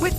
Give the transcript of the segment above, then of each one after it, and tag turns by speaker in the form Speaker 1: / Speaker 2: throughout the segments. Speaker 1: With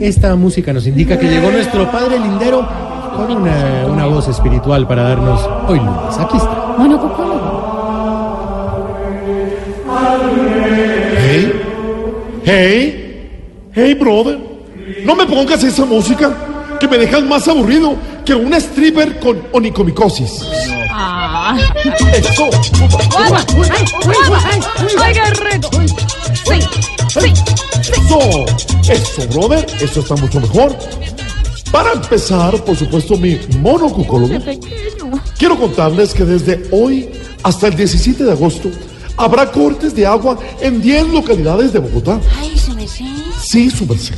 Speaker 2: Esta música nos indica que llegó nuestro padre lindero con una, una voz espiritual para darnos hoy lunes. Aquí está.
Speaker 3: Hey, hey, hey, brother. No me pongas esa música que me dejas más aburrido que una stripper con onicomicosis. Eso. Eso, eso, brother. Eso está mucho mejor. Para empezar, por supuesto, mi monocucólogo. Quiero contarles que desde hoy hasta el 17 de agosto habrá cortes de agua en 10 localidades de Bogotá.
Speaker 4: Ay, se me sé.
Speaker 3: Sí, su merced.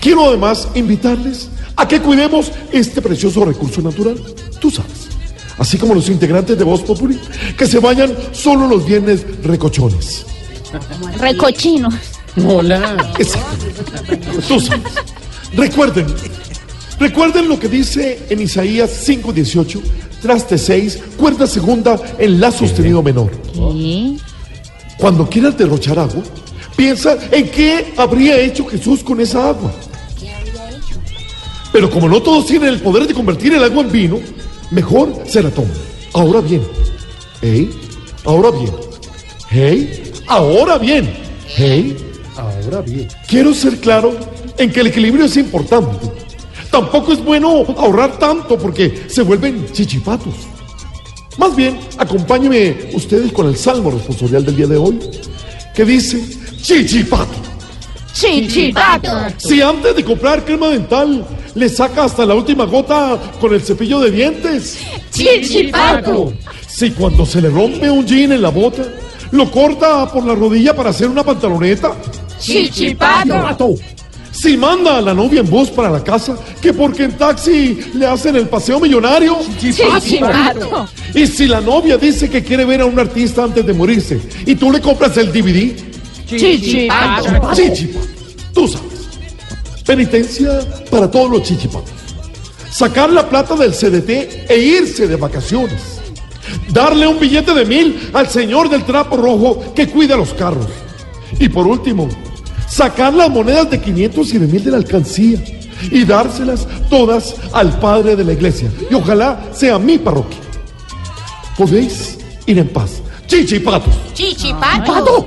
Speaker 3: Quiero además invitarles a que cuidemos este precioso recurso natural, tú sabes. Así como los integrantes de Voz Populi, que se vayan solo los viernes recochones.
Speaker 4: Recochinos.
Speaker 2: Hola.
Speaker 3: Exactamente. Tú sabes. Recuerden, recuerden lo que dice en Isaías 5:18, traste 6, cuerda segunda en la sostenido menor.
Speaker 4: ¿Qué?
Speaker 3: Cuando quieras derrochar agua, piensa en qué habría hecho Jesús con esa agua.
Speaker 4: ¿Qué había hecho?
Speaker 3: Pero como no todos tienen el poder de convertir el agua en vino, mejor se la toman. Ahora bien. Hey, ahora bien. Hey, ahora bien. Hey, ahora bien. Quiero ser claro en que el equilibrio es importante. Tampoco es bueno ahorrar tanto porque se vuelven chichipatos. Más bien, acompáñenme ustedes con el salmo responsorial del día de hoy, que dice, chichipato.
Speaker 4: Chichipato.
Speaker 3: Si antes de comprar crema dental le saca hasta la última gota con el cepillo de dientes.
Speaker 4: Chichipato.
Speaker 3: Si cuando se le rompe un jean en la bota, lo corta por la rodilla para hacer una pantaloneta.
Speaker 4: Chichipato.
Speaker 3: Pato. Si manda a la novia en bus para la casa, que porque en taxi le hacen el paseo millonario.
Speaker 4: Chichipato.
Speaker 3: Y si la novia dice que quiere ver a un artista antes de morirse y tú le compras el DVD.
Speaker 4: Chichipato.
Speaker 3: Chichipa, tú sabes. Penitencia para todos los chichipatos. Sacar la plata del CDT e irse de vacaciones. Darle un billete de mil al señor del trapo rojo que cuida los carros. Y por último, sacar las monedas de 500 y de mil de la alcancía y dárselas todas al padre de la iglesia. Y ojalá sea mi parroquia. Podéis ir en paz. Chichipatos.
Speaker 4: Chichipato.
Speaker 3: ¡Pato!